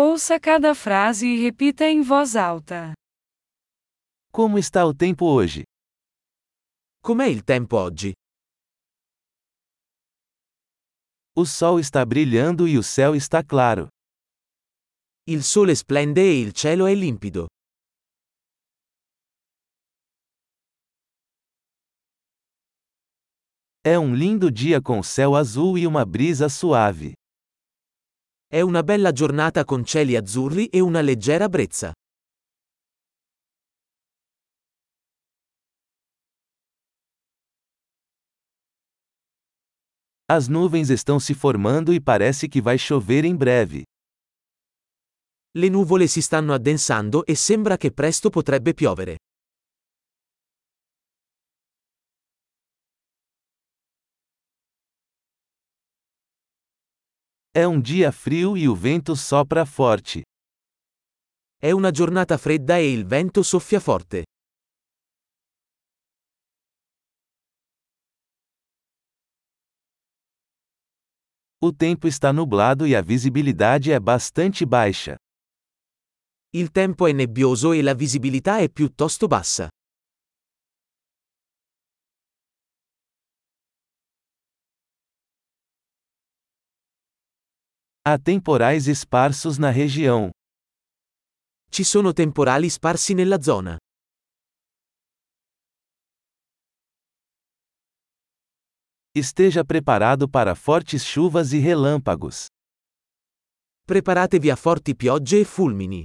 Ouça cada frase e repita em voz alta. Como está o tempo hoje? Com'è il tempo oggi? O sol está brilhando e o céu está claro. Il sole splende e il cielo è limpido. É um lindo dia com céu azul e uma brisa suave. È una bella giornata con cieli azzurri e una leggera brezza. As nuvens estão se formando e parece que vai chover em breve. Le nuvole si stanno addensando e sembra che presto potrebbe piovere. É um dia frio e o vento sopra forte. È una giornata fredda e il vento soffia forte. O tempo está nublado e a visibilidade é bastante baixa. Il tempo è nebbioso e la visibilità è piuttosto bassa. Há temporais esparsos na região. Ci sono temporali sparsi nella zona. Esteja preparado para fortes chuvas e relâmpagos. Preparatevi a forti piogge e fulmini.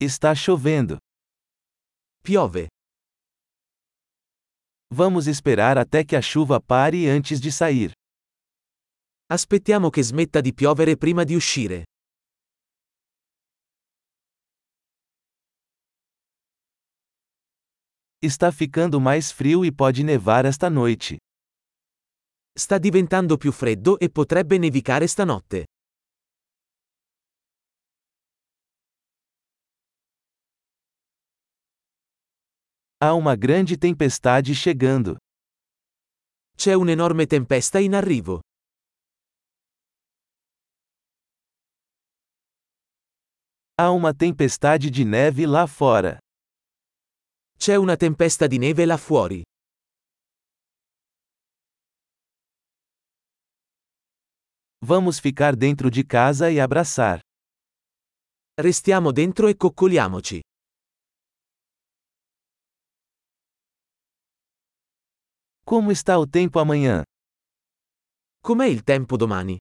Está chovendo. Piove. Vamos esperar até que a chuva pare antes de sair. Aspettiamo che smetta di piovere prima di uscire. Está ficando mais frio e pode nevar esta noite. Sta diventando più freddo e potrebbe nevicare stanotte. Há uma grande tempestade chegando. C'è un'enorme tempesta in arrivo. Há uma tempestade de neve lá fora. C'è una tempesta di neve là fuori. Vamos ficar dentro de casa e abraçar. Restiamo dentro e coccoliamoci. Como está o tempo amanhã? Com'è il tempo domani?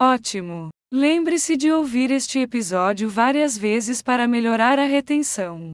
Ótimo! Lembre-se de ouvir este episódio várias vezes para melhorar a retenção.